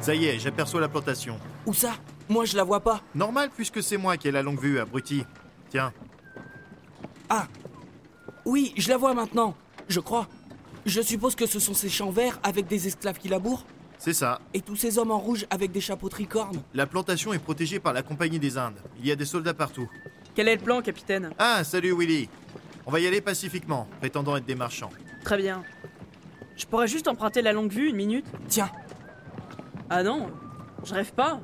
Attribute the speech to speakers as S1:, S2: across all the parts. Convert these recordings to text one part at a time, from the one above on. S1: Ça y est, j'aperçois la plantation.
S2: Où ça Moi, je la vois pas.
S1: Normal puisque c'est moi qui ai la longue vue, abruti. Tiens,
S2: Ah Oui, je la vois maintenant, je crois. Je suppose que ce sont ces champs verts avec des esclaves qui labourent
S1: c'est ça.
S2: et tous ces hommes en rouge avec des chapeaux tricornes.
S1: La plantation est protégée par la Compagnie des Indes. Il y a des soldats partout.
S3: Quel est le plan, capitaine
S1: Ah, salut Willy. On va y aller pacifiquement, prétendant être des marchands.
S3: Très bien. Je pourrais juste emprunter la longue vue une minute
S2: Tiens,
S3: Ah non, je rêve pas.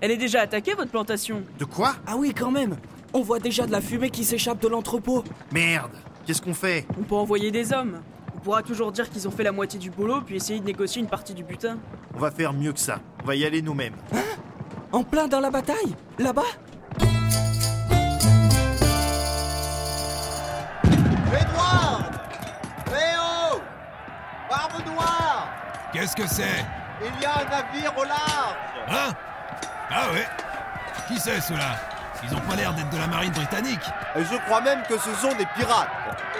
S3: Elle est déjà attaquée, votre plantation.
S1: De quoi
S2: ah oui, quand même On voit déjà de la fumée qui s'échappe de l'entrepôt.
S1: Merde Qu'est-ce qu'on fait
S3: On peut envoyer des hommes. On pourra toujours dire qu'ils ont fait la moitié du boulot puis essayer de négocier une partie du butin.
S1: On va faire mieux que ça. On va y aller nous-mêmes.
S2: En plein dans la bataille Là-bas
S4: Edouard Léo Barbe Noire
S5: Qu'est-ce que c'est
S4: Il y a un navire au large
S5: Hein Ah ouais Qui c'est ceux-là Ils ont pas l'air d'être de la marine britannique
S4: Et je crois même que ce sont des pirates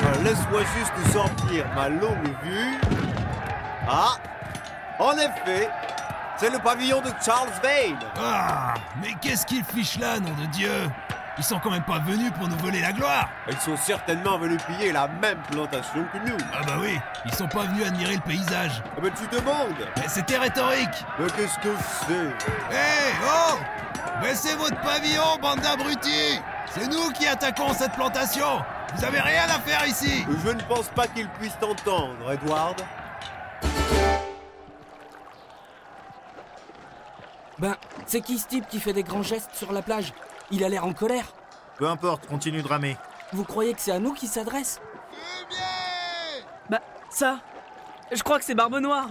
S4: Euh, Laisse-moi juste nous sortir ma longue vue. Ah En effet, c'est le pavillon de Charles Vane
S5: Ah Mais qu'est-ce qu'ils fichent là, nom de Dieu Ils sont quand même pas venus pour nous voler la gloire
S4: Ils sont certainement venus piller la même plantation que nous. Ah,
S5: Ah bah oui, ils sont pas venus admirer le paysage.
S4: Mais tu demandes
S5: Mais c'était rhétorique
S4: Mais qu'est-ce que c'est
S5: Hé Oh Baissez votre pavillon, bande d'abrutis C'est nous qui attaquons cette plantation Vous avez rien à faire ici
S4: Je ne pense pas qu'ils puissent t'entendre, Edward.
S2: Ben, c'est qui ce type qui fait des grands gestes sur la plage Il a l'air en colère.
S1: Peu importe, continue de ramer.
S2: Vous croyez que c'est à nous qu'il s'adresse
S3: Bah, ça. Je crois que c'est Barbe Noire.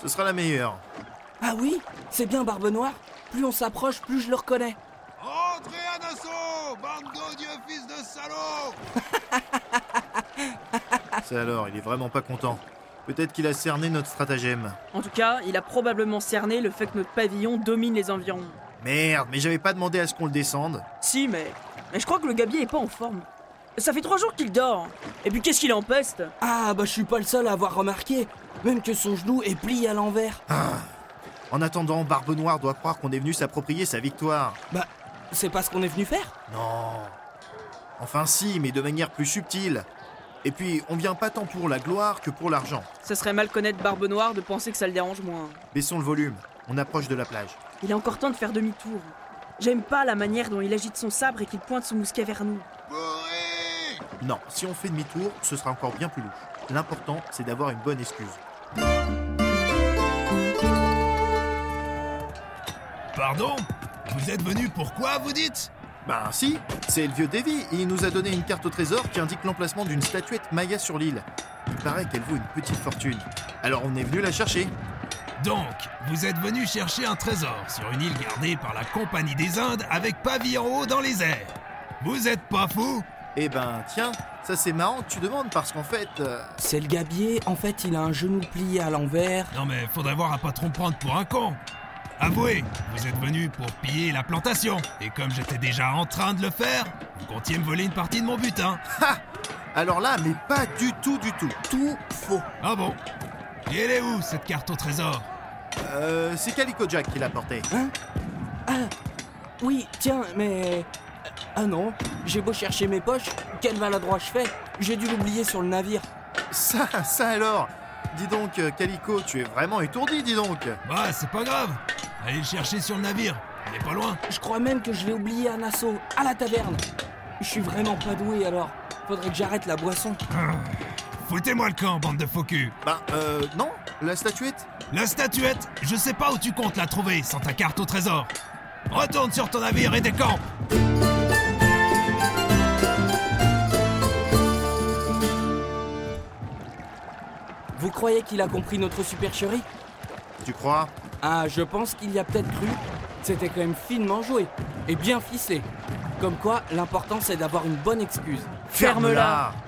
S1: Ce sera la meilleure.
S2: Ah oui C'est bien Barbe Noire Plus on s'approche, plus je le reconnais.
S5: Entrez en assaut, bande d'odieux fils de salaud
S1: C'est alors, il est vraiment pas content. Peut-être qu'il a cerné notre stratagème.
S3: En tout cas, il a probablement cerné le fait que notre pavillon domine les environs.
S1: Merde, mais j'avais pas demandé à ce qu'on le descende.
S3: Si, mais. Mais je crois que le gabier est pas en forme. Ça fait trois jours qu'il dort. Et puis qu'est-ce qu'il en peste
S2: Ah bah je suis pas le seul à avoir remarqué. Même que son genou est plié à l'envers.
S1: En attendant, Barbe Noire doit croire qu'on est venu s'approprier sa victoire.
S2: Bah, c'est pas ce qu'on est venu faire
S1: Non. Enfin si, mais de manière plus subtile. Et puis, on vient pas tant pour la gloire que pour l'argent.
S3: Ça serait mal connaître Barbe Noire de penser que ça le dérange moins.
S1: Baissons le volume, on approche de la plage.
S3: Il est encore temps de faire demi-tour. J'aime pas la manière dont il agite son sabre et qu'il pointe son mousquet vers nous.
S5: Bourré
S1: Non, si on fait demi-tour, ce sera encore bien plus louche. L'important, c'est d'avoir une bonne excuse.
S5: Pardon Vous êtes venu pourquoi, vous dites
S1: Ben si, c'est le vieux Davy, il nous a donné une carte au trésor qui indique l'emplacement d'une statuette Maya sur l'île. Il paraît qu'elle vaut une petite fortune. Alors on est venu la chercher.
S5: Donc, vous êtes venu chercher un trésor sur une île gardée par la Compagnie des Indes avec pavillon haut dans les airs. Vous êtes pas fou
S1: Eh ben tiens, ça c'est marrant que tu demandes parce qu'en fait... euh,
S2: C'est le gabier, en fait il a un genou plié à l'envers.
S5: Non mais faudrait voir un patron prendre pour un con. Avouez, vous êtes venu pour piller la plantation. Et comme j'étais déjà en train de le faire, vous comptiez me voler une partie de mon butin.
S1: Alors là, mais pas du tout, du tout.
S2: Tout faux.
S5: Ah bon Et elle est où cette carte au trésor
S1: Euh, c'est Calico Jack qui l'a porté.
S2: Oui, tiens, mais... Ah non, j'ai beau chercher mes poches, quel maladroit je fais J'ai dû l'oublier sur le navire.
S1: Ça, ça alors Dis donc, euh, Calico, tu es vraiment étourdi, dis donc
S5: Bah, c'est pas grave. Allez le chercher sur le navire. Il est pas loin.
S2: Je crois même que je l'ai oublié à Nassau, à la taverne. Je suis vraiment pas doué alors. Faudrait que j'arrête la boisson.
S5: Foutez-moi le camp, bande de faux culs.
S1: Ben, euh, non La statuette
S5: La statuette, je sais pas où tu comptes la trouver sans ta carte au trésor. Retourne sur ton navire et décampe
S2: Vous croyez qu'il a compris notre supercherie
S1: Tu crois
S2: Ah, je pense qu'il y a peut-être cru. C'était quand même finement joué et bien ficelé. Comme quoi, l'important c'est d'avoir une bonne excuse.
S3: Ferme-la.
S1: Ferme-la